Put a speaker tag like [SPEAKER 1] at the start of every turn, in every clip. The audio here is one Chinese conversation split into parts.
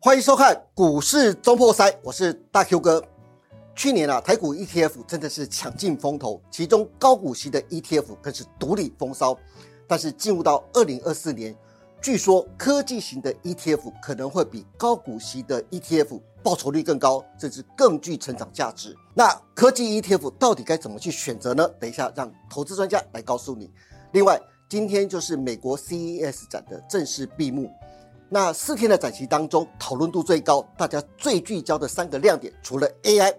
[SPEAKER 1] 欢迎收看股市周破三，我是大 Q 哥。去年啊，台股 ETF 真的是抢尽风头，其中高股息的 ETF 更是独领风骚。但是进入到二零二四年，据说科技型的 ETF 可能会比高股息的 ETF 报酬率更高，甚至更具成长价值。那科技 ETF 到底该怎么去选择呢？等一下让投资专家来告诉你。另外，今天就是美国 CES 展的正式闭幕。那四天的展期当中，讨论度最高，大家最聚焦的三个亮点，除了 AI、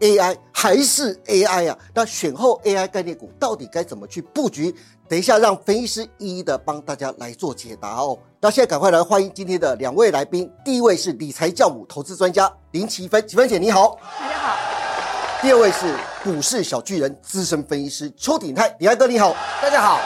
[SPEAKER 1] AI 还是 AI 啊？那选后 AI 概念股到底该怎么去布局？等一下让分析师一一的帮大家来做解答哦。那现在赶快来欢迎今天的两位来宾，第一位是理财教母投资专家林奇芬，奇芬姐你好；
[SPEAKER 2] 大家好，
[SPEAKER 1] 第二位是股市小巨人资深分析师邱鼎泰，鼎泰哥你好。
[SPEAKER 2] 大家好，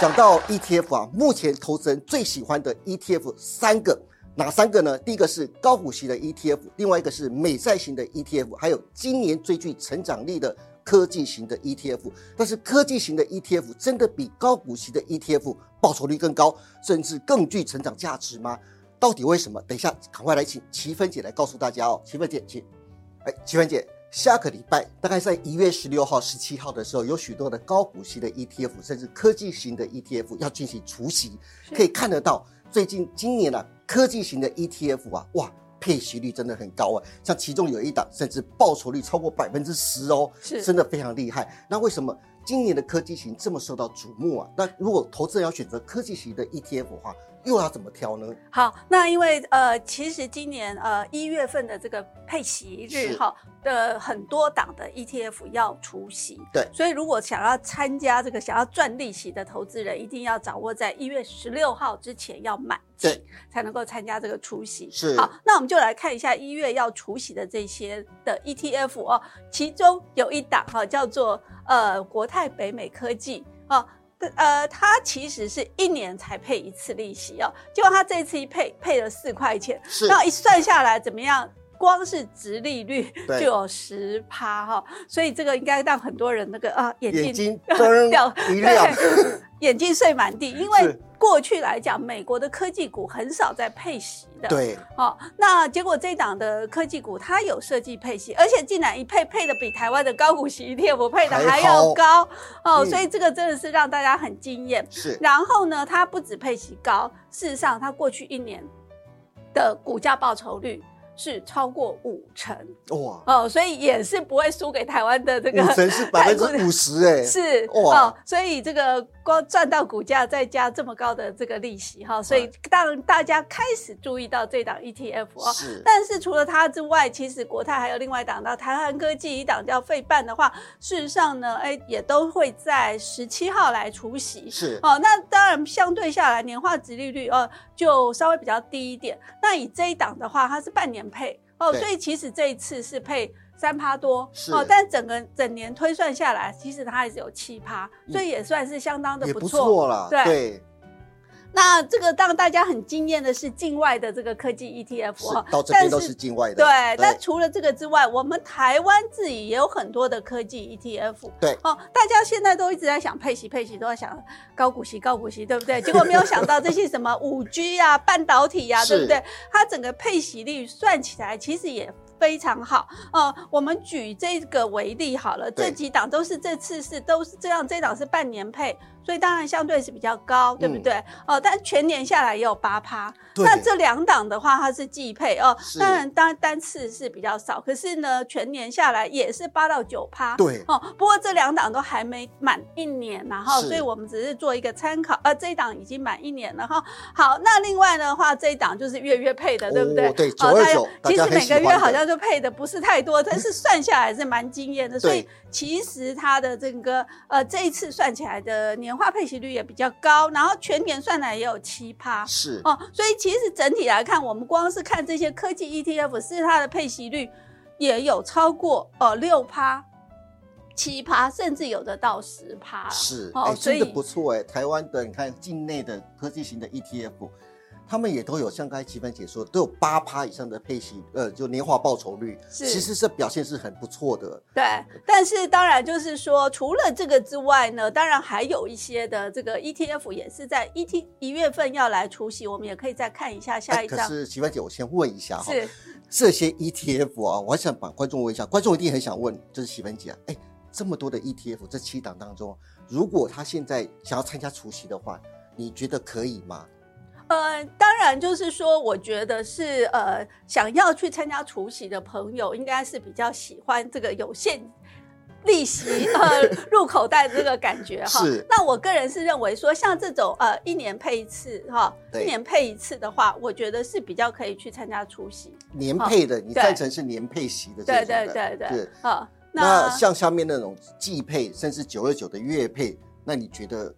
[SPEAKER 1] 讲到 ETF 啊，目前投资人最喜欢的 ETF 三个，哪三个呢？第一个是高股息的 ETF，另外一个是美债型的 ETF，还有今年最具成长力的科技型的 ETF。但是科技型的 ETF 真的比高股息的 ETF 报酬率更高，甚至更具成长价值吗？到底为什么？等一下，赶快来请齐芬姐来告诉大家哦。齐芬姐，请。哎，齐芬姐，下个礼拜大概在一月十六号、十七号的时候，有许多的高股息的 ETF，甚至科技型的 ETF 要进行除息，
[SPEAKER 2] 是
[SPEAKER 1] 可以看得到，最近今年啊，科技型的 ETF 啊，哇，配息率真的很高啊，像其中有一档甚至报酬率超过百分之十哦，
[SPEAKER 2] 是
[SPEAKER 1] 真的非常厉害。那为什么？今年的科技型这么受到瞩目啊，那如果投资人要选择科技型的 ETF 的话，又要怎么挑呢？
[SPEAKER 2] 好，那因为呃，其实今年呃一月份的这个配息日
[SPEAKER 1] 是
[SPEAKER 2] 哈的很多档的 ETF 要除息，
[SPEAKER 1] 对
[SPEAKER 2] 所以如果想要参加这个想要赚利息的投资人，一定要掌握在一月十六号之前要买进
[SPEAKER 1] 对，
[SPEAKER 2] 才能够参加这个除息。
[SPEAKER 1] 是
[SPEAKER 2] 好，那我们就来看一下一月要除息的这些的 ETF 哦，其中有一档哈、叫做呃国泰北美科技哦。呃，它其实是一年才配一次利息哦，结果它这次一配配了四块钱，
[SPEAKER 1] 是
[SPEAKER 2] 那一算下来怎么样？光是直利率
[SPEAKER 1] 对
[SPEAKER 2] 就有十趴哈，所以这个应该让很多人那个啊眼睛
[SPEAKER 1] 眼 睛灯
[SPEAKER 2] 掉
[SPEAKER 1] 一亮，
[SPEAKER 2] 对 眼睛碎满地，因为
[SPEAKER 1] 是
[SPEAKER 2] 过去来讲，美国的科技股很少在配息的，
[SPEAKER 1] 对，
[SPEAKER 2] 哦，那结果这档的科技股它有设计配息，而且竟然一配配的比台湾的高股息 ETF 配的还要高哦，
[SPEAKER 1] 嗯
[SPEAKER 2] 所以这个真的是让大家很惊艳。
[SPEAKER 1] 是
[SPEAKER 2] 然后呢，它不止配息高，事实上它过去一年的股价报酬率是超过五成
[SPEAKER 1] 哇，
[SPEAKER 2] 哦，所以也是不会输给台湾的这个
[SPEAKER 1] 五 成是百
[SPEAKER 2] 台
[SPEAKER 1] 分
[SPEAKER 2] 股的
[SPEAKER 1] 之五十哎，
[SPEAKER 2] 是
[SPEAKER 1] 哇
[SPEAKER 2] 哦，所以这个光赚到股价，再加这么高的这个利息哈、所以当大家开始注意到这档 ETF 哦。
[SPEAKER 1] 是
[SPEAKER 2] 但是除了它之外，其实国泰还有另外一档，到台湾科技一档叫费半的话，事实上呢，哎，也都会在十七号来除息。
[SPEAKER 1] 是
[SPEAKER 2] 哦，那当然相对下来，年化值利率哦就稍微比较低一点。那以这一档的话，它是半年配哦，
[SPEAKER 1] 对
[SPEAKER 2] 所以其实这一次是配三趴多
[SPEAKER 1] 是
[SPEAKER 2] 哦，但整个整年推算下来，其实它还是有七趴，所以也算是相当的
[SPEAKER 1] 嗯也
[SPEAKER 2] 不
[SPEAKER 1] 不
[SPEAKER 2] 错。
[SPEAKER 1] 错啦，
[SPEAKER 2] 对
[SPEAKER 1] 对，
[SPEAKER 2] 那这个让大家很惊艳的是境外的这个科技 ETF
[SPEAKER 1] 是
[SPEAKER 2] 哦，
[SPEAKER 1] 到这
[SPEAKER 2] 但
[SPEAKER 1] 边都
[SPEAKER 2] 是
[SPEAKER 1] 是境外的，
[SPEAKER 2] 对，但除了这个之外，我们台湾自己也有很多的科技 E ETF。
[SPEAKER 1] 对
[SPEAKER 2] 哦，大家现在都一直在想配息，配息都在想高股息，高股息，对不对？结果没有想到这些什么五 G 啊、半导体 啊，
[SPEAKER 1] 是
[SPEAKER 2] 对不对？它整个配息率算起来其实也。非常好，呃，我们举这个为例好了，
[SPEAKER 1] 对
[SPEAKER 2] 这几档都是这次是都是这样，这档是半年配，所以当然相对是比较高，对不
[SPEAKER 1] 嗯
[SPEAKER 2] 对？哦、但全年下来也有八趴，
[SPEAKER 1] 对
[SPEAKER 2] 那这两档的话，它是季配哦
[SPEAKER 1] 是，
[SPEAKER 2] 当然单单次是比较少，可是呢，全年下来也是八到九趴。
[SPEAKER 1] 对
[SPEAKER 2] 哦，不过这两档都还没满一年，然后，
[SPEAKER 1] 是
[SPEAKER 2] 所以我们只是做一个参考。呃，这一档已经满一年了哈。好，那另外的话，这一档就是月月配的，对不对？
[SPEAKER 1] 哦对
[SPEAKER 2] 哦它
[SPEAKER 1] 929大
[SPEAKER 2] 其
[SPEAKER 1] 家
[SPEAKER 2] 实
[SPEAKER 1] 很
[SPEAKER 2] 每
[SPEAKER 1] 喜
[SPEAKER 2] 个
[SPEAKER 1] 欢
[SPEAKER 2] 月
[SPEAKER 1] 的
[SPEAKER 2] 好像就配的不是太多，但是算下来是蛮惊艳的。所以
[SPEAKER 1] 对
[SPEAKER 2] 其实它的整个呃这一次算起来的年化配息率也比较高，然后全年算来也有七趴。
[SPEAKER 1] 是
[SPEAKER 2] 哦，所以其实整体来看，我们光是看这些科技 ETF，是它的配息率也有超过呃六趴、七趴，甚至有的到十趴。
[SPEAKER 1] 是，
[SPEAKER 2] 哦
[SPEAKER 1] 哎，
[SPEAKER 2] 所
[SPEAKER 1] 真的
[SPEAKER 2] 以
[SPEAKER 1] 不错哎，台湾的你看境内的科技型的 ETF，E 他们也都有像刚才齐芬姐说，都有八趴以上的配息，呃，就年化报酬率，
[SPEAKER 2] 是
[SPEAKER 1] 其实这表现是很不错的。
[SPEAKER 2] 对，但是当然就是说，除了这个之外呢，当然还有一些的这个 ETF 也是在 ET 一月份要来出席，我们也可以再看一下下
[SPEAKER 1] 哎
[SPEAKER 2] 一
[SPEAKER 1] 可
[SPEAKER 2] 张。
[SPEAKER 1] 是哦齐芬姐，我先问一下哈，
[SPEAKER 2] 是
[SPEAKER 1] 这些 ETF 啊，我还想把观众问一下，观众一定很想问，就是齐芬姐、啊，哎，这么多的 ETF，这七档当中，如果他现在想要参加除夕的话，你觉得可以吗？
[SPEAKER 2] 呃，当然就是说，我觉得是呃，想要去参加除夕的朋友，应该是比较喜欢这个有限利息呃入口袋这个感觉哈
[SPEAKER 1] 是。
[SPEAKER 2] 那我个人是认为说，像这种呃一年配一次哈，
[SPEAKER 1] 对
[SPEAKER 2] 一年配一次的话，我觉得是比较可以去参加除夕。
[SPEAKER 1] 年配的，你
[SPEAKER 2] 对
[SPEAKER 1] 赞成是年配息的这
[SPEAKER 2] 对
[SPEAKER 1] 种
[SPEAKER 2] 对
[SPEAKER 1] 的，
[SPEAKER 2] 对对
[SPEAKER 1] 是，
[SPEAKER 2] 啊，
[SPEAKER 1] 那像下面那种季配，甚至九二九的月配，那你觉得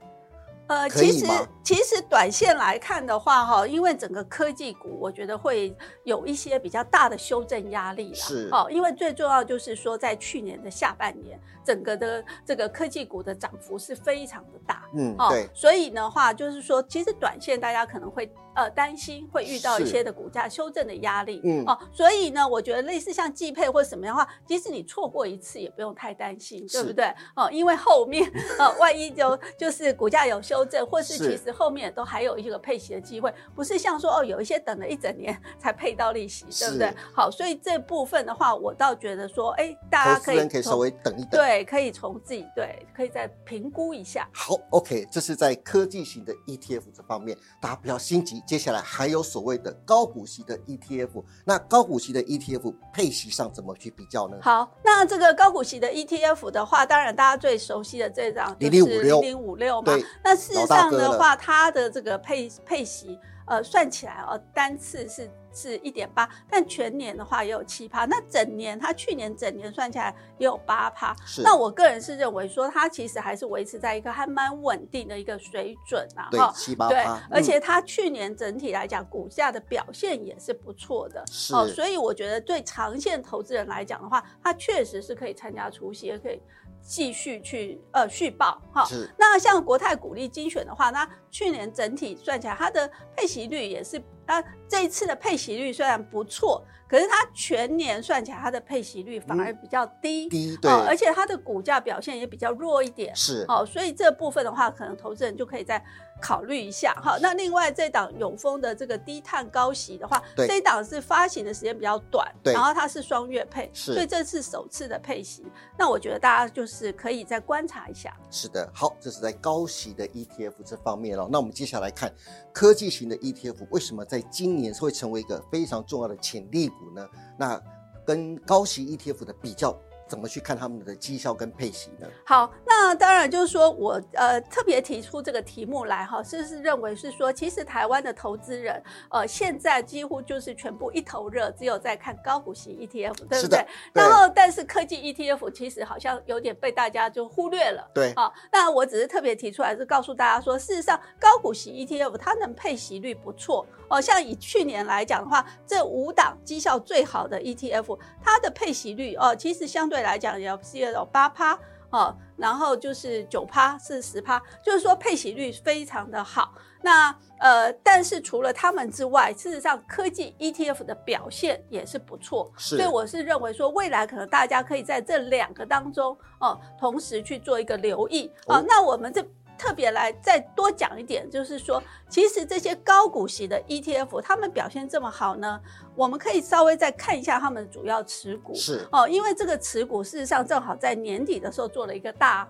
[SPEAKER 2] 呃，
[SPEAKER 1] 可以
[SPEAKER 2] 其实
[SPEAKER 1] 吗
[SPEAKER 2] 其实短线来看的话，哈，因为整个科技股，我觉得会有一些比较大的修正压力啦。
[SPEAKER 1] 是
[SPEAKER 2] 哦，因为最重要就是说，在去年的下半年，整个的这个科技股的涨幅是非常的大。
[SPEAKER 1] 嗯，
[SPEAKER 2] 哦
[SPEAKER 1] 对，，
[SPEAKER 2] 所以的话，就是说，其实短线大家可能会呃担心会遇到一
[SPEAKER 1] 是
[SPEAKER 2] 些的股价修正的压力，
[SPEAKER 1] 嗯
[SPEAKER 2] 哦，所以呢，我觉得类似像季配或什么样的话，即使你错过一次，也不用太担心，对不
[SPEAKER 1] 是
[SPEAKER 2] 对？哦，因为后面 呃，万一就就是股价有修正，或是
[SPEAKER 1] 是
[SPEAKER 2] 其实后面都还有一个配息的机会，不是像说哦，有一些等了一整年才配到利息，对不对
[SPEAKER 1] 是？
[SPEAKER 2] 好，所以这部分的话，我倒觉得说，哎，大家
[SPEAKER 1] 投
[SPEAKER 2] 可
[SPEAKER 1] 资
[SPEAKER 2] 以
[SPEAKER 1] 人可以
[SPEAKER 2] 从
[SPEAKER 1] 稍微等一等。
[SPEAKER 2] 对，可以从自己对，可以再评估一下。
[SPEAKER 1] 好，OK，这是在科技型的 ETF 这方面，大家不要心急。接下来还有所谓的高股息的 ETF，那高股息的 ETF 配息上怎么去比较呢？
[SPEAKER 2] 好，那这个高股息的 ETF 的话，当然大家最熟悉的这张就是
[SPEAKER 1] 0056
[SPEAKER 2] 零五六嘛。
[SPEAKER 1] 对，
[SPEAKER 2] 那事实
[SPEAKER 1] 老大
[SPEAKER 2] 上
[SPEAKER 1] 哥
[SPEAKER 2] 的
[SPEAKER 1] 了
[SPEAKER 2] 话，它的这个配配息，呃，算起来哦，单次是是一点八，但全年的话也有七趴，那整年它去年整年算起来也有八趴。
[SPEAKER 1] 是
[SPEAKER 2] 那我个人是认为说，它其实还是维持在一个还蛮稳定的一个水准啊，
[SPEAKER 1] 对
[SPEAKER 2] 哈。
[SPEAKER 1] 七八嗯
[SPEAKER 2] 对
[SPEAKER 1] 八，，
[SPEAKER 2] 而且它去年整体来讲，股价的表现也是不错的。
[SPEAKER 1] 是
[SPEAKER 2] 哦，所以我觉得对长线投资人来讲的话，它确实是可以参加除夕，也可以继续去呃续报哈。
[SPEAKER 1] 嗯是
[SPEAKER 2] 那像国泰股利精选的话，那去年整体算起来，它的配息率也是，那这一次的配息率虽然不错，可是它全年算起来，它的配息率反而比较低，
[SPEAKER 1] 嗯
[SPEAKER 2] 哦
[SPEAKER 1] 低对，
[SPEAKER 2] 而且它的股价表现也比较弱一点。
[SPEAKER 1] 是
[SPEAKER 2] 哦，所以这部分的话，可能投资人就可以再考虑一下哈。那另外这档永丰的这个低碳高息的话，
[SPEAKER 1] 对
[SPEAKER 2] 这一档是发行的时间比较短，
[SPEAKER 1] 对
[SPEAKER 2] 然后它是双月配，
[SPEAKER 1] 是
[SPEAKER 2] 所以这是首次的配息。那我觉得大家就是可以再观察一下。
[SPEAKER 1] 是的，好，这是在高息的 ETF 这方面哦。那我们接下来看科技型的 ETF，为什么在今年会成为一个非常重要的潜力股呢？那跟高息 ETF 的比较，怎么去看他们的绩效跟配息呢？
[SPEAKER 2] 好，那当然就是说我呃特别提出这个题目来哈，是是认为是说，其实台湾的投资人呃现在几乎就是全部一头热，只有在看高股息 ETF，对
[SPEAKER 1] 是
[SPEAKER 2] 不
[SPEAKER 1] 的
[SPEAKER 2] 对？
[SPEAKER 1] 对
[SPEAKER 2] 然后但是科技 ETF 其实好像有点被大家就忽略了。
[SPEAKER 1] 对，
[SPEAKER 2] 啊、那我只是特别提出来，是告诉大家说，事实上高股息 ETF 它能配息率不错哦。像以去年来讲的话，这五档绩效最好的 ETF，它的配息率哦，其实相对来讲也是有八趴哦，然后就是九趴是十趴，就是说配息率非常的好。那呃，但是除了他们之外，事实上科技 ETF 的表现也是不错。
[SPEAKER 1] 是
[SPEAKER 2] 所以我是认为说，未来可能大家可以在这两个当中哦，同时去做一个留意哦。
[SPEAKER 1] 哦
[SPEAKER 2] 那我们这特别来再多讲一点，就是说，其实这些高股息的 ETF，他们表现这么好呢，我们可以稍微再看一下他们的主要持股
[SPEAKER 1] 是
[SPEAKER 2] 哦，因为这个持股事实上正好在年底的时候做了一个大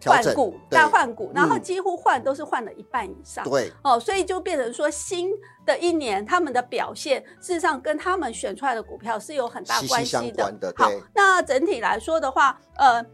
[SPEAKER 1] 调
[SPEAKER 2] 换
[SPEAKER 1] 整
[SPEAKER 2] 股，
[SPEAKER 1] 对
[SPEAKER 2] 大换股，然后
[SPEAKER 1] 嗯
[SPEAKER 2] 几乎换都是换了一半以上。
[SPEAKER 1] 对，
[SPEAKER 2] 哦，所以就变成说，新的一年他们的表现，事实上跟他们选出来的股票是有很大
[SPEAKER 1] 息息
[SPEAKER 2] 关
[SPEAKER 1] 相
[SPEAKER 2] 系的。
[SPEAKER 1] 关的
[SPEAKER 2] 好
[SPEAKER 1] 对，
[SPEAKER 2] 那整体来说的话，呃，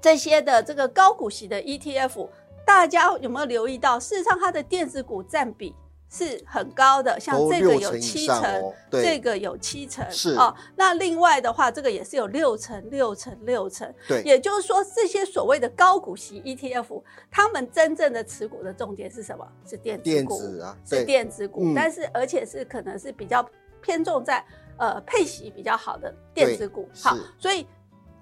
[SPEAKER 2] 这些的这个高股息的 ETF，大家有没有留意到？事实上，它的电子股占比是很高的，像
[SPEAKER 1] 都
[SPEAKER 2] 这个
[SPEAKER 1] 六
[SPEAKER 2] 有
[SPEAKER 1] 成以
[SPEAKER 2] 七
[SPEAKER 1] 上哦，
[SPEAKER 2] 这
[SPEAKER 1] 对
[SPEAKER 2] 个有七成
[SPEAKER 1] 是
[SPEAKER 2] 哦，那另外的话，这个也是有六成、六成、六成，
[SPEAKER 1] 对，
[SPEAKER 2] 也就是说，这些所谓的高股息 ETF，他们真正的持股的重点是什么？是电子股，
[SPEAKER 1] 电子啊，
[SPEAKER 2] 是
[SPEAKER 1] 对，
[SPEAKER 2] 电子股，
[SPEAKER 1] 嗯
[SPEAKER 2] 但是而且是可能是比较偏重在呃配息比较好的电子股。
[SPEAKER 1] 对
[SPEAKER 2] 好
[SPEAKER 1] 是，
[SPEAKER 2] 所以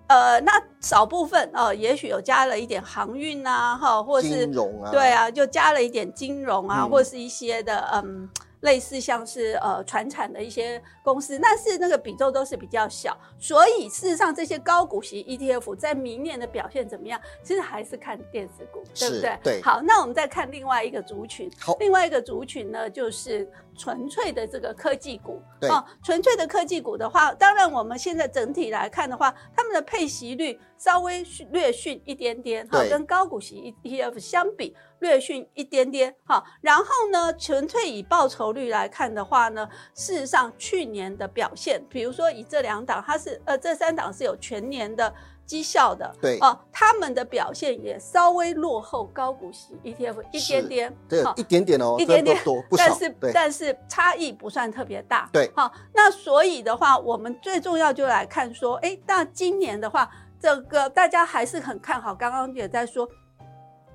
[SPEAKER 2] 呃，那少部分哦、也许有加了一点航运啊，哈，或是
[SPEAKER 1] 金融啊，
[SPEAKER 2] 对，啊，就加了一点金融啊，
[SPEAKER 1] 嗯
[SPEAKER 2] 或是一些的嗯，类似像是呃船产的一些公司，但是那个比重都是比较小。所以事实上，这些高股息 ETF 在明年的表现怎么样，其实还是看电子股，对不
[SPEAKER 1] 是
[SPEAKER 2] 对？
[SPEAKER 1] 对
[SPEAKER 2] 好，那我们再看另外一个族群，
[SPEAKER 1] 好，
[SPEAKER 2] 另外一个族群呢，就是纯粹的这个科技股。哦
[SPEAKER 1] 对，
[SPEAKER 2] 纯粹的科技股的话，当然我们现在整体来看的话，他们的配息率稍微逊略逊一点点，哈，
[SPEAKER 1] 对
[SPEAKER 2] 跟高股息 ETF 相比略逊一点点，哈。然后呢，纯粹以报酬率来看的话呢，事实上去年的表现，比如说以这两档，它是呃这三档是有全年的绩效的，
[SPEAKER 1] 对
[SPEAKER 2] 哦、他们的表现也稍微落后高股息 ETF 一
[SPEAKER 1] 是
[SPEAKER 2] 点点，
[SPEAKER 1] 对
[SPEAKER 2] 哈，
[SPEAKER 1] 一点点哦，
[SPEAKER 2] 一点
[SPEAKER 1] 真
[SPEAKER 2] 点
[SPEAKER 1] 的不 多不
[SPEAKER 2] 但
[SPEAKER 1] 少
[SPEAKER 2] 是，
[SPEAKER 1] 对，
[SPEAKER 2] 但是差异不算特别大。
[SPEAKER 1] 对
[SPEAKER 2] 好，那所以的话，我们最重要就来看说，诶，那今年的话，这个大家还是很看好。刚刚也在说，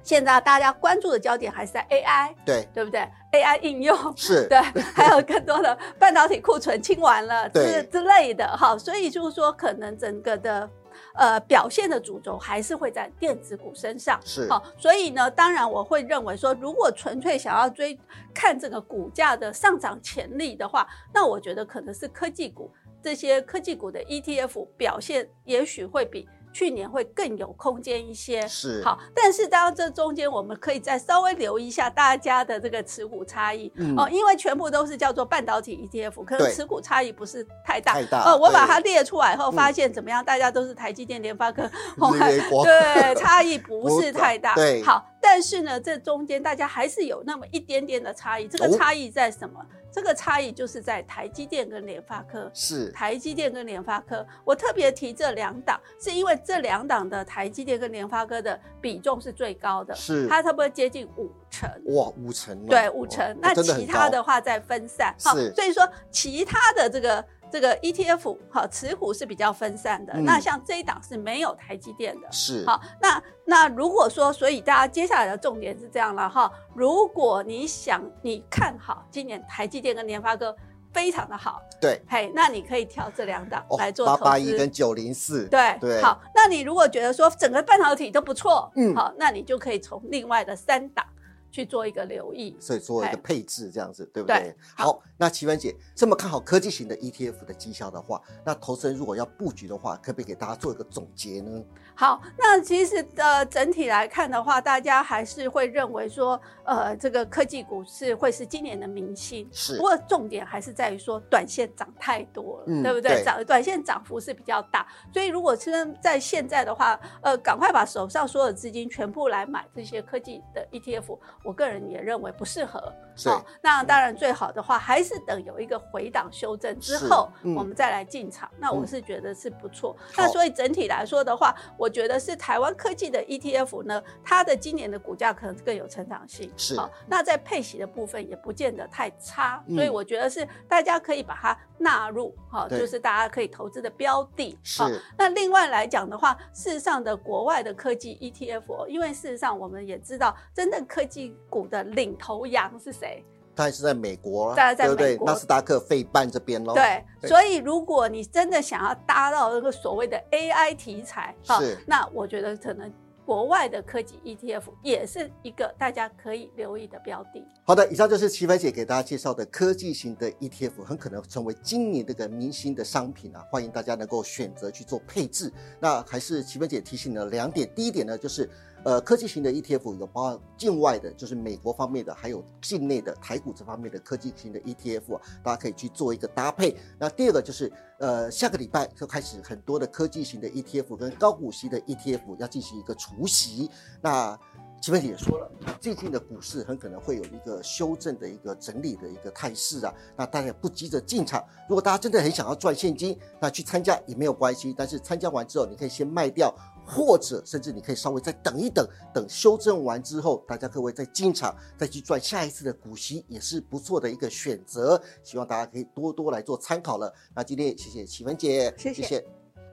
[SPEAKER 2] 现在大家关注的焦点还是在 AI，
[SPEAKER 1] 对，
[SPEAKER 2] 对不对？AI 应用。
[SPEAKER 1] 是，
[SPEAKER 2] 对，还有更多的半导体库存清完了，之
[SPEAKER 1] 对
[SPEAKER 2] 之类的哈，所以就是说，可能整个的呃表现的主轴还是会在电子股身上。
[SPEAKER 1] 是，
[SPEAKER 2] 好、所以呢，当然我会认为说，如果纯粹想要追看这个股价的上涨潜力的话，那我觉得可能是科技股这些科技股的 ETF 表现，也许会比去年会更有空间一些。
[SPEAKER 1] 是，
[SPEAKER 2] 好，但是当这中间我们可以再稍微留意一下大家的这个持股差异。
[SPEAKER 1] 嗯，
[SPEAKER 2] 哦，因为全部都是叫做半导体 ETF，可能
[SPEAKER 1] 对
[SPEAKER 2] 持股差异不是太大。
[SPEAKER 1] 太大
[SPEAKER 2] 哦，我把
[SPEAKER 1] 对
[SPEAKER 2] 它列出来
[SPEAKER 1] 嗯
[SPEAKER 2] 后，发现怎么样？大家都是台积电、联发科、红海
[SPEAKER 1] 日月光，
[SPEAKER 2] 对，差异不是太大。
[SPEAKER 1] 不大对
[SPEAKER 2] 好，但是呢，这中间大家还是有那么一点点的差异。这个
[SPEAKER 1] 哦
[SPEAKER 2] 差异在什么？这个差异就是在台积电跟联发科。
[SPEAKER 1] 是，
[SPEAKER 2] 台积电跟联发科，我特别提这两档，是因为这两档的台积电跟联发科的比重是最高的，
[SPEAKER 1] 是
[SPEAKER 2] 它差不多接近五成。
[SPEAKER 1] 哇，五成哦，
[SPEAKER 2] 对，五
[SPEAKER 1] 哇
[SPEAKER 2] 成。
[SPEAKER 1] 那
[SPEAKER 2] 那
[SPEAKER 1] 真的
[SPEAKER 2] 其
[SPEAKER 1] 很
[SPEAKER 2] 他
[SPEAKER 1] 高
[SPEAKER 2] 的话再分散，
[SPEAKER 1] 是
[SPEAKER 2] 所以说其他的这个这个 ETF 好持股是比较分散的。
[SPEAKER 1] 嗯
[SPEAKER 2] 那像这一档是没有台积电的。
[SPEAKER 1] 是，
[SPEAKER 2] 好，那那如果说，所以大家接下来的重点是这样了哈。如果你想你看好今年台积电跟联发科非常的好，
[SPEAKER 1] 对，
[SPEAKER 2] 嘿，那你可以挑这两档
[SPEAKER 1] 哦
[SPEAKER 2] 来做
[SPEAKER 1] 八
[SPEAKER 2] 投资。
[SPEAKER 1] 八一跟九零四，
[SPEAKER 2] 对
[SPEAKER 1] 对
[SPEAKER 2] 好，那你如果觉得说整个半导体都不错，
[SPEAKER 1] 嗯
[SPEAKER 2] 好，那你就可以从另外的三档去做一个留意。
[SPEAKER 1] 所以做一个
[SPEAKER 2] 哎
[SPEAKER 1] 配置这样子，对不
[SPEAKER 2] 对
[SPEAKER 1] 对？好，那齐文姐这么看好科技型的 ETF 的绩效的话，那投资人如果要布局的话，可不可以给大家做一个总结呢？
[SPEAKER 2] 好，那其实呃，整体来看的话，大家还是会认为说，呃，这个科技股是会是今年的明星。
[SPEAKER 1] 是
[SPEAKER 2] 不，过重点还是在于说，短线涨太多了，
[SPEAKER 1] 嗯
[SPEAKER 2] 对不对？
[SPEAKER 1] 对
[SPEAKER 2] 涨短线涨幅是比较大，所以如果是在现在的话，呃，赶快把手上所有资金全部来买这些科技的 ETF，我个人也认为不适合。
[SPEAKER 1] 对，
[SPEAKER 2] 哦，那当然最好的话还是等有一个回档修正之
[SPEAKER 1] 是
[SPEAKER 2] 后，
[SPEAKER 1] 嗯
[SPEAKER 2] 我们再来进场。那我
[SPEAKER 1] 嗯
[SPEAKER 2] 是觉得是不错。那
[SPEAKER 1] 好
[SPEAKER 2] 所以整体来说的话，我觉得是台湾科技的 ETF 呢，它的今年的股价可能更有成长性。
[SPEAKER 1] 是
[SPEAKER 2] 哦，那在配息的部分也不见得太差，
[SPEAKER 1] 嗯
[SPEAKER 2] 所以我觉得是大家可以把它纳入，哈、
[SPEAKER 1] 对
[SPEAKER 2] 就是大家可以投资的标的。
[SPEAKER 1] 是
[SPEAKER 2] 哦那另外来讲的话，事实上的国外的科技 ETF，哦因为事实上我们也知道，真正科技股的领头羊是谁？
[SPEAKER 1] 当然是在美国啊，
[SPEAKER 2] 当然在
[SPEAKER 1] 对不
[SPEAKER 2] 美
[SPEAKER 1] 对？
[SPEAKER 2] 国
[SPEAKER 1] 纳斯达克费半这边喽，，
[SPEAKER 2] 对，
[SPEAKER 1] 哦对
[SPEAKER 2] 所以如果你真的想要搭到那个所谓的 AI 题材，哈
[SPEAKER 1] 是
[SPEAKER 2] 那我觉得可能国外的科技 ETF 也是一个大家可以留意的标的。
[SPEAKER 1] 好的，以上就是齐凡姐给大家介绍的科技型的 ETF，很可能成为今年这个明星的商品啊，欢迎大家能够选择去做配置。那还是齐凡姐提醒了两点，第一点呢就是。呃，科技型的 ETF 有包含境外的，就是美国方面的，还有境内的台股这方面的科技型的 ETF 啊，大家可以去做一个搭配。那第二个就是，呃，下个礼拜就开始很多的科技型的 ETF 跟高股息的 ETF 要进行一个除息。那齐芬姐也说了，最近的股市很可能会有一个修正的一个整理的一个态势啊，那大家也不急着进场。如果大家真的很想要赚现金，那去参加也没有关系，但是参加完之后，你可以先卖掉，或者甚至你可以稍微再等一等，等修正完之后，大家各位再进场，再去赚下一次的股息，也是不错的一个选择。希望大家可以多多来做参考了。那今天也谢谢齐芬姐，
[SPEAKER 2] 谢谢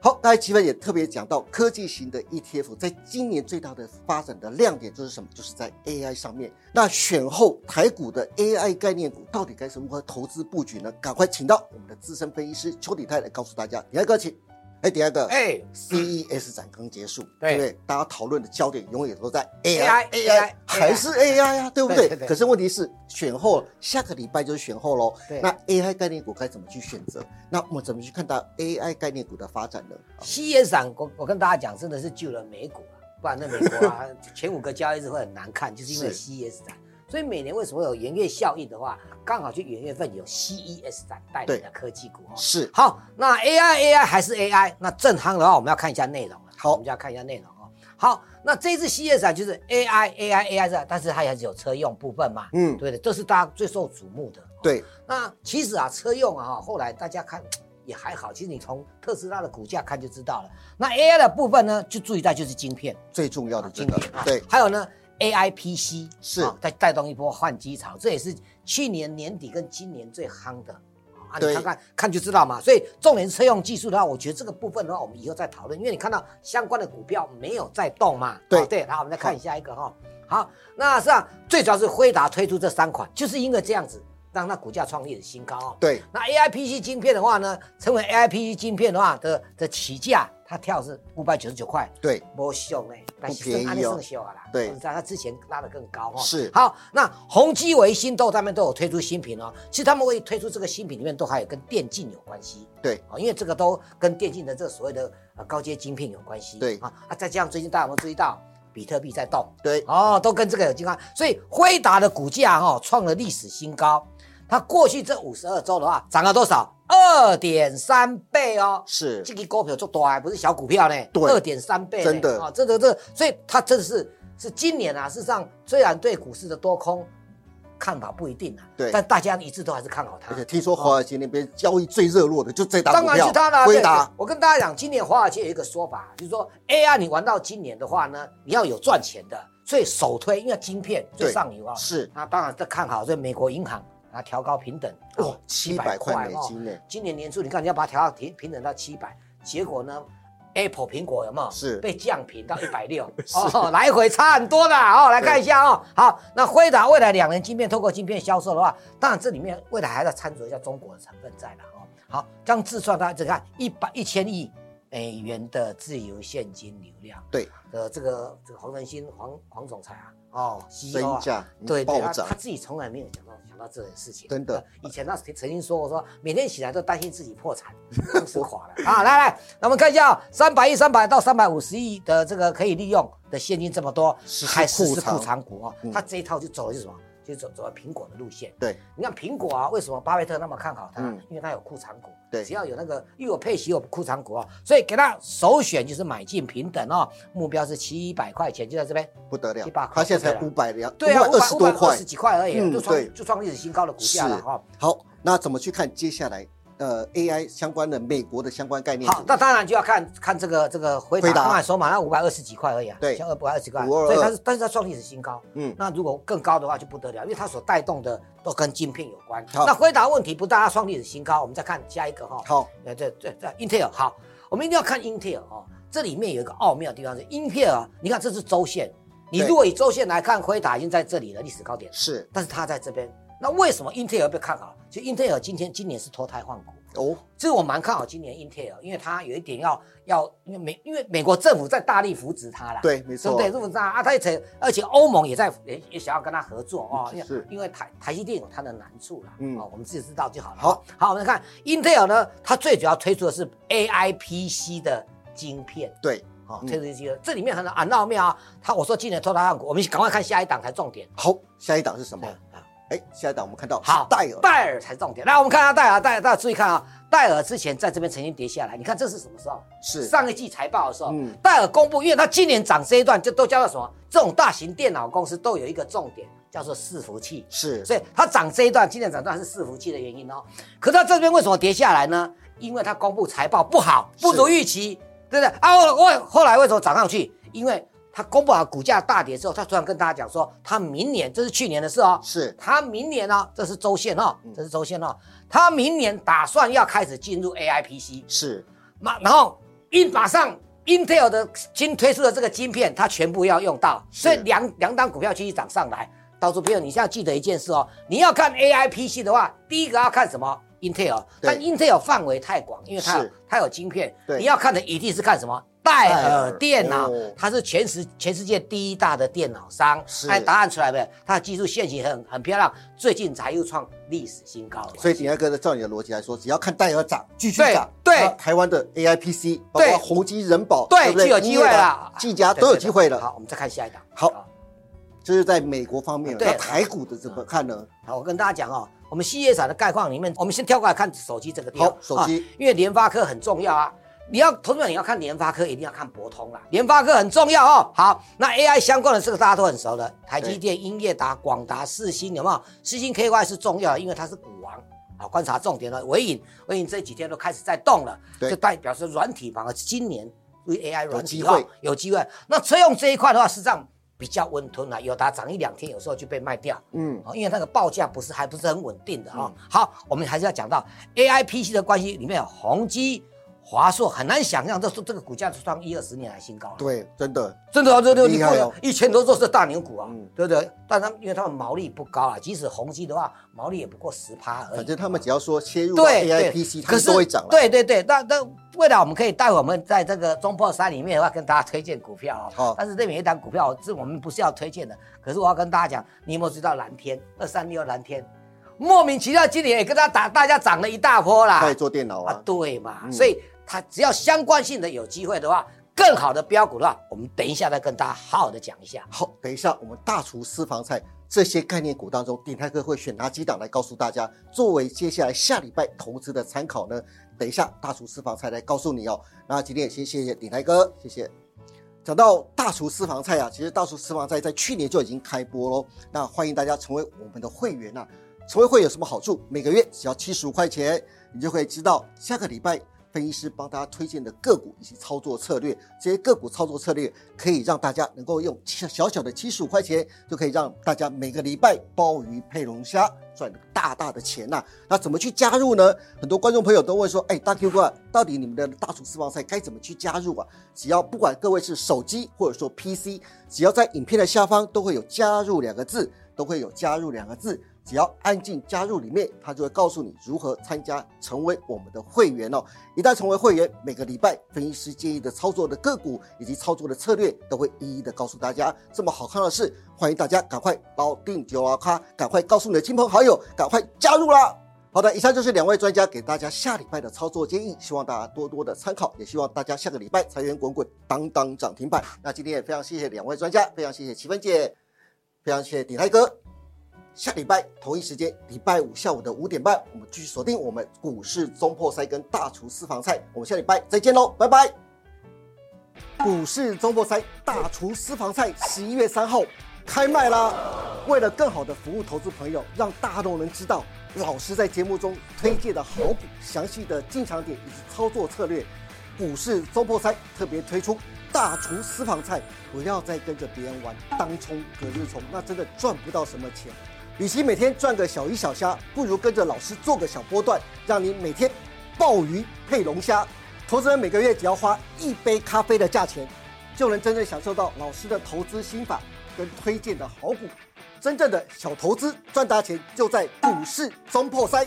[SPEAKER 1] 好，刚才齐芬也特别讲到，科技型的 ETF 在今年最大的发展的亮点就是什么？就是在 AI 上面。那选后台股的 AI 概念股到底该如何投资布局呢？赶快请到我们的资深分析师邱鼎泰来告诉大家。你来哥，请。哎，第二个，
[SPEAKER 3] 哎
[SPEAKER 1] ，CES E 展刚结束，对
[SPEAKER 3] 对
[SPEAKER 1] 不对？大家讨论的焦点永远都在
[SPEAKER 3] AI
[SPEAKER 1] AI
[SPEAKER 3] AI
[SPEAKER 1] 还是 AI 呀，对不对
[SPEAKER 3] 对对对？
[SPEAKER 1] 可是问题是选后，下个礼拜就是选后喽
[SPEAKER 3] 对。
[SPEAKER 1] 那 AI 概念股该怎么去选择？那我们怎么去看到 AI 概念股的发展呢？
[SPEAKER 3] CES 展，我我跟大家讲，真的是救了美股啊，不然那美 国啊前五个交易日会很难看，就是因为有
[SPEAKER 1] 是
[SPEAKER 3] CES 展。所以每年为什么有元月效应的话，刚好就元月份有 CES 展带领的
[SPEAKER 1] 对
[SPEAKER 3] 科技股哦。
[SPEAKER 1] 是
[SPEAKER 3] 好，那 AI AI 还是 AI，那正夯的话，我们要看一下内容了。
[SPEAKER 1] 好
[SPEAKER 3] 我们就要看一下内容哦。好，那这一次 CES 展就是 AI AI AI 这，但是它还是有车用部分嘛，
[SPEAKER 1] 嗯
[SPEAKER 3] 对不对？这是大家最受瞩目的。哦
[SPEAKER 1] 对，
[SPEAKER 3] 那其实啊，车用啊，哈后来大家看也还好。其实你从特斯拉的股价看就知道了。那 AI 的部分呢，就注意到就是晶片，
[SPEAKER 1] 最重要的
[SPEAKER 3] 啊
[SPEAKER 1] 这个
[SPEAKER 3] 片啊，
[SPEAKER 1] 对，
[SPEAKER 3] 还有呢，AI PC
[SPEAKER 1] 是
[SPEAKER 3] 啊在带动一波换机潮，这也是去年年底跟今年最夯的。啊，你
[SPEAKER 1] 对
[SPEAKER 3] 看看看就知道嘛。所以重点是车用技术的话，我觉得这个部分的话，我们以后再讨论，因为你看到相关的股票没有在动嘛。
[SPEAKER 1] 对
[SPEAKER 3] 啊对，然后我们再看下一个哈、好，那实际上最主要是辉达推出这三款，就是因为这样子，让它股价创历史新高哦。
[SPEAKER 1] 对，
[SPEAKER 3] 那 AIPC 晶片的话呢，成为 AIPC 晶片的话的的起价，它跳是五百九十九块，
[SPEAKER 1] 对，
[SPEAKER 3] 不秀哎，但是
[SPEAKER 1] 不便宜哦
[SPEAKER 3] 安利圣秀啊啦，
[SPEAKER 1] 对
[SPEAKER 3] 你知道它之前拉得更高哦。
[SPEAKER 1] 是
[SPEAKER 3] 好，那宏基、维新豆他们都有推出新品哦。其实他们会推出这个新品里面都还有跟电竞有关系。
[SPEAKER 1] 对
[SPEAKER 3] 哦，因为这个都跟电竞的这个所谓的呃高阶晶片有关系。
[SPEAKER 1] 对
[SPEAKER 3] 啊啊，再加上最近大家有没有注意到比特币在动？
[SPEAKER 1] 对，
[SPEAKER 3] 哦，都跟这个有相关。所以辉达的股价哈、哦、创了历史新高，它过去这五十二周的话涨了多少？二点三倍哦。
[SPEAKER 1] 是
[SPEAKER 3] 这个股票做大，不是小股票呢，
[SPEAKER 1] 对
[SPEAKER 3] 二点三倍呢，
[SPEAKER 1] 真的
[SPEAKER 3] 啊，这个这个，所以它真的是是今年啊，事实上虽然对股市的多空看法不一定啊，
[SPEAKER 1] 对
[SPEAKER 3] 但大家一致都还是看好它
[SPEAKER 1] 而。且听说华尔街那边交易最热络的就这档
[SPEAKER 3] 当
[SPEAKER 1] 股
[SPEAKER 3] 然
[SPEAKER 1] 票
[SPEAKER 3] 是它啦，，
[SPEAKER 1] 辉
[SPEAKER 3] 对
[SPEAKER 1] 达，
[SPEAKER 3] 我跟大家讲，今年华尔街有一个说法，就是说 AI 你玩到今年的话呢，你要有赚钱的，所以首推，因为晶片最
[SPEAKER 1] 对
[SPEAKER 3] 上游啊，
[SPEAKER 1] 是
[SPEAKER 3] 那当然这看好，所以美国银行啊调高平等，
[SPEAKER 1] 哇，七百块美
[SPEAKER 3] 哦
[SPEAKER 1] 金呢，
[SPEAKER 3] 今年年初你看你要把它调到平平等到七百，结果呢，Apple 苹果有没有？
[SPEAKER 1] 是
[SPEAKER 3] 被降平到一百 六哦，来回差很多的哦。来看一下哦。好，那辉达未来两年晶片透过晶片销售的话，当然这里面未来还要参酌一下中国的成分在了哦。好，这样自算它这个一百一千亿美元的自由现金流量
[SPEAKER 1] 对，
[SPEAKER 3] 的这个这个黄仁勋黄黄总裁啊，哦
[SPEAKER 1] 身
[SPEAKER 3] ，CEO 啊，
[SPEAKER 1] 价
[SPEAKER 3] 对对，
[SPEAKER 1] 暴
[SPEAKER 3] 他
[SPEAKER 1] 涨
[SPEAKER 3] 他，自己从来没有想到想到这件事情。
[SPEAKER 1] 真的
[SPEAKER 3] 呃，以前他曾曾经说过说，每天起来都担心自己 破产，公司垮了啊！来来，那我们看一下啊三百亿、三百到三百五十亿的这个可以利用的现金这么多，
[SPEAKER 1] 实施
[SPEAKER 3] 还实
[SPEAKER 1] 库
[SPEAKER 3] 施
[SPEAKER 1] 藏
[SPEAKER 3] 库藏股哦。
[SPEAKER 1] 嗯
[SPEAKER 3] 他这一套就走的是什么？就走走了苹果的路线。
[SPEAKER 1] 对，
[SPEAKER 3] 你看苹果啊，为什么巴菲特那么看好它？
[SPEAKER 1] 嗯
[SPEAKER 3] 因为它有库藏股，
[SPEAKER 1] 对
[SPEAKER 3] 只要有那个又有配息又有库藏股哦，所以给它首选就是买进平等哦，目标是七百块钱，就在这边。
[SPEAKER 1] 不得了
[SPEAKER 3] 100，
[SPEAKER 1] 它现在才
[SPEAKER 3] 块
[SPEAKER 1] 五百两，
[SPEAKER 3] 对啊，
[SPEAKER 1] 五二十多
[SPEAKER 3] 二
[SPEAKER 1] 块
[SPEAKER 3] 十，几块而已，
[SPEAKER 1] 嗯
[SPEAKER 3] 就创
[SPEAKER 1] 对
[SPEAKER 3] 就创历史新高的股价了
[SPEAKER 1] 是
[SPEAKER 3] 哈。
[SPEAKER 1] 好，那怎么去看接下来呃 AI 相关的美国的相关概念股？
[SPEAKER 3] 好，那当然就要看看这个这个回答，
[SPEAKER 1] 辉达
[SPEAKER 3] 刚才说嘛，那五百二十几块而已啊，
[SPEAKER 1] 对
[SPEAKER 3] 像二百二十几块，
[SPEAKER 1] 522
[SPEAKER 3] 所以它是但是它创历史新高。
[SPEAKER 1] 嗯，
[SPEAKER 3] 那如果更高的话就不得了，因为它所带动的都跟晶片有关。
[SPEAKER 1] 好
[SPEAKER 3] 那回答问题不但它创历史新高，我们再看下一个哈。
[SPEAKER 1] 好，
[SPEAKER 3] 呃，对对对，Intel 好，我们一定要看 Intel 哦。这里面有一个奥妙的地方是 Intel，啊你看这是周线，你
[SPEAKER 1] 对
[SPEAKER 3] 如果以周线来看，辉达已经在这里了，历史高点。
[SPEAKER 1] 是
[SPEAKER 3] 但是它在这边。那为什么英特尔被看好？就英特尔今天今年是脱胎换骨，
[SPEAKER 1] 哦，
[SPEAKER 3] 所以我蛮看好今年英特尔，因为它有一点要要，因为美因为美国政府在大力扶持它啦，
[SPEAKER 1] 对，没
[SPEAKER 3] 对不
[SPEAKER 1] 错
[SPEAKER 3] 对？，政府在啊，它也成，而且欧盟也在也也想要跟它合作哦，因为
[SPEAKER 1] 嗯是
[SPEAKER 3] 因为台台积电有它的难处啦，
[SPEAKER 1] 嗯
[SPEAKER 3] 哦，我们自己知道就好了。哦
[SPEAKER 1] 好，
[SPEAKER 3] 好，我们看英特尔呢，它最主要推出的是 AI PC 的晶片。
[SPEAKER 1] 对，
[SPEAKER 3] 哦，
[SPEAKER 1] 嗯
[SPEAKER 3] 推出一些，这里面很很奥妙啊！它我说今年脱胎换骨，我们赶快看下一档才重点。
[SPEAKER 1] 好，下一档是什么
[SPEAKER 3] 对？啊，
[SPEAKER 1] 哎，下一档我们看到是
[SPEAKER 3] 好，
[SPEAKER 1] 戴尔，
[SPEAKER 3] 戴尔才重点。来，我们看一下戴尔，戴尔，大家注意看啊，戴尔之前在这边曾经跌下来，你看这是什么时候？
[SPEAKER 1] 是
[SPEAKER 3] 上一季财报的时候，
[SPEAKER 1] 嗯
[SPEAKER 3] 戴尔公布，因为它今年涨这一段就都叫做什么？这种大型电脑公司都有一个重点，叫做伺服器。
[SPEAKER 1] 是
[SPEAKER 3] 所以它涨这一段，今年涨这一段是伺服器的原因哦。可它这边为什么跌下来呢？因为它公布财报不好，不如预期，对不对？啊，我我后来为什么涨上去？因为它公布好股价大跌之后，它突然跟大家讲说，它明年这是去年的事哦，
[SPEAKER 1] 是
[SPEAKER 3] 他明年呢、这是周线哦
[SPEAKER 1] 嗯，
[SPEAKER 3] 这是周线哦，他明年打算要开始进入 AIPC，
[SPEAKER 1] 是，
[SPEAKER 3] 马然后英马上 Intel 的新推出的这个晶片，它全部要用到，
[SPEAKER 1] 是
[SPEAKER 3] 所以两两档股票继续涨上来。到处朋友，你现在记得一件事哦，你要看 AIPC 的话，第一个要看什么？ Intel，
[SPEAKER 1] 对
[SPEAKER 3] 但 Intel 范围太广，因为它有
[SPEAKER 1] 是
[SPEAKER 3] 它有晶片，
[SPEAKER 1] 对
[SPEAKER 3] 你要看的一定是看什么？戴尔电脑
[SPEAKER 1] 哦，
[SPEAKER 3] 它是全时全世界第一大的电脑商。
[SPEAKER 1] 是
[SPEAKER 3] 哎，答案出来没有？它的技术线型很很漂亮，最近才又创历史新高。
[SPEAKER 1] 所以鼎泰哥的照你的逻辑来说，只要看戴尔涨，继续涨，
[SPEAKER 3] 对对
[SPEAKER 1] 那台湾的 AIPC，包
[SPEAKER 3] 对
[SPEAKER 1] 括宏基、人保，
[SPEAKER 3] 对
[SPEAKER 1] 不对？
[SPEAKER 3] 就有机会了
[SPEAKER 1] 技嘉都有机会了。
[SPEAKER 3] 好，我们再看下一档。
[SPEAKER 1] 好这是在美国方面了。
[SPEAKER 3] 对嗯
[SPEAKER 1] 那台股的怎么看呢？
[SPEAKER 3] 好，我跟大家讲哦，我们系列厂的概况里面，我们先跳过来看手机这个地方。
[SPEAKER 1] 好手机
[SPEAKER 3] 因为联发科很重要啊。你要投资者，你要看联发科，一定要看博通啦。联发科很重要哦。好，那 AI 相关的这个大家都很熟的，台积电、英业达、广达、四星有没有？四星 KY 是重要的，因为它是股王。好，观察重点了。伟影，伟影这几天都开始在动了，
[SPEAKER 1] 对
[SPEAKER 3] 就代表说软体反而今年对 AI 软体
[SPEAKER 1] 有机会
[SPEAKER 3] 哦有机会。那车用这一块的话，实际上比较温吞啦，友达涨一两天，有时候就被卖掉。
[SPEAKER 1] 嗯，
[SPEAKER 3] 哦，因为那个报价不是还不是很稳定的啊、哦好，我们还是要讲到 AI PC 的关系，里面有宏基、华硕，很难想象这这个股价是创一二十年来新高了。，
[SPEAKER 1] 对，真的
[SPEAKER 3] 真的啊，对对，
[SPEAKER 1] 厉
[SPEAKER 3] 你
[SPEAKER 1] 害
[SPEAKER 3] 过
[SPEAKER 1] 哦
[SPEAKER 3] 一千多都是大牛股啊，
[SPEAKER 1] 嗯
[SPEAKER 3] 对不对？但他们因为他们毛利不高啊，即使宏基的话，毛利也不过十趴而已。啊
[SPEAKER 1] 反正他们只要说切入到
[SPEAKER 3] 哎对对
[SPEAKER 1] AIPC，它
[SPEAKER 3] 可
[SPEAKER 1] 们
[SPEAKER 3] 是
[SPEAKER 1] 都会涨了。，
[SPEAKER 3] 对对对，那那未来我们可以待会我们在这个中破三里面的话，跟大家推荐股票哦。
[SPEAKER 1] 好
[SPEAKER 3] 但是这每一档股票是我们不是要推荐的，可是我要跟大家讲，你有没有知道蓝天二三六蓝天，莫名其妙今年也跟他打，大家涨了一大波啦。
[SPEAKER 1] 他也做电脑
[SPEAKER 3] 啊
[SPEAKER 1] 啊，。
[SPEAKER 3] 对嘛，
[SPEAKER 1] 嗯
[SPEAKER 3] 所以它只要相关性的有机会的话，更好的标股的话，我们等一下再跟大家好好的讲一下。
[SPEAKER 1] 好，等一下我们大厨私房菜这些概念股当中，鼎泰哥会选哪几档来告诉大家，作为接下来下礼拜投资的参考呢？等一下大厨私房菜来告诉你哦。那今天也先谢谢鼎泰哥，谢谢。讲到大厨私房菜啊，其实大厨私房菜在去年就已经开播喽。那欢迎大家成为我们的会员啊！成为会员有什么好处？每个月只要七十五块钱，你就可以知道下个礼拜分析师帮大家推荐的个股以及操作策略。这些个股操作策略可以让大家能够用小小小的七十五块钱，就可以让大家每个礼拜鲍鱼配龙虾赚大大的钱呐、那怎么去加入呢？很多观众朋友都问说，哎，大 Q 哥啊，到底你们的大厨私房菜该怎么去加入啊？只要不管各位是手机或者说 PC，只要在影片的下方都会有加入两个字，都会有加入两个字。只要按进加入里面，它就会告诉你如何参加成为我们的会员哦。一旦成为会员，每个礼拜分析师建议的操作的个股以及操作的策略都会一一的告诉大家。这么好看的事，欢迎大家赶快捞定九老咖，赶快告诉你的亲朋好友，赶快加入啦！好的，以上就是两位专家给大家下礼拜的操作建议，希望大家多多的参考，也希望大家下个礼拜财源滚滚，当当涨停板。那今天也非常谢谢两位专家，非常谢谢齐芬姐，非常谢谢鼎泰哥。下礼拜同一时间，礼拜五下午的五点半，我们继续锁定我们股市中破塞跟大厨私房菜。我们下礼拜再见喽，拜拜。股市中破塞大厨私房菜十一月三号开卖啦！为了更好的服务投资朋友，让大众能知道老师在节目中推荐的好股、详细的进场点以及操作策略，股市中破塞特别推出大厨私房菜，不要再跟着别人玩当冲、隔日冲，那真的赚不到什么钱。与其每天赚个小鱼小虾，不如跟着老师做个小波段，让你每天鲍鱼配龙虾。投资人每个月只要花一杯咖啡的价钱，就能真正享受到老师的投资心法跟推荐的好股。真正的小投资赚大钱，就在股市中破塞。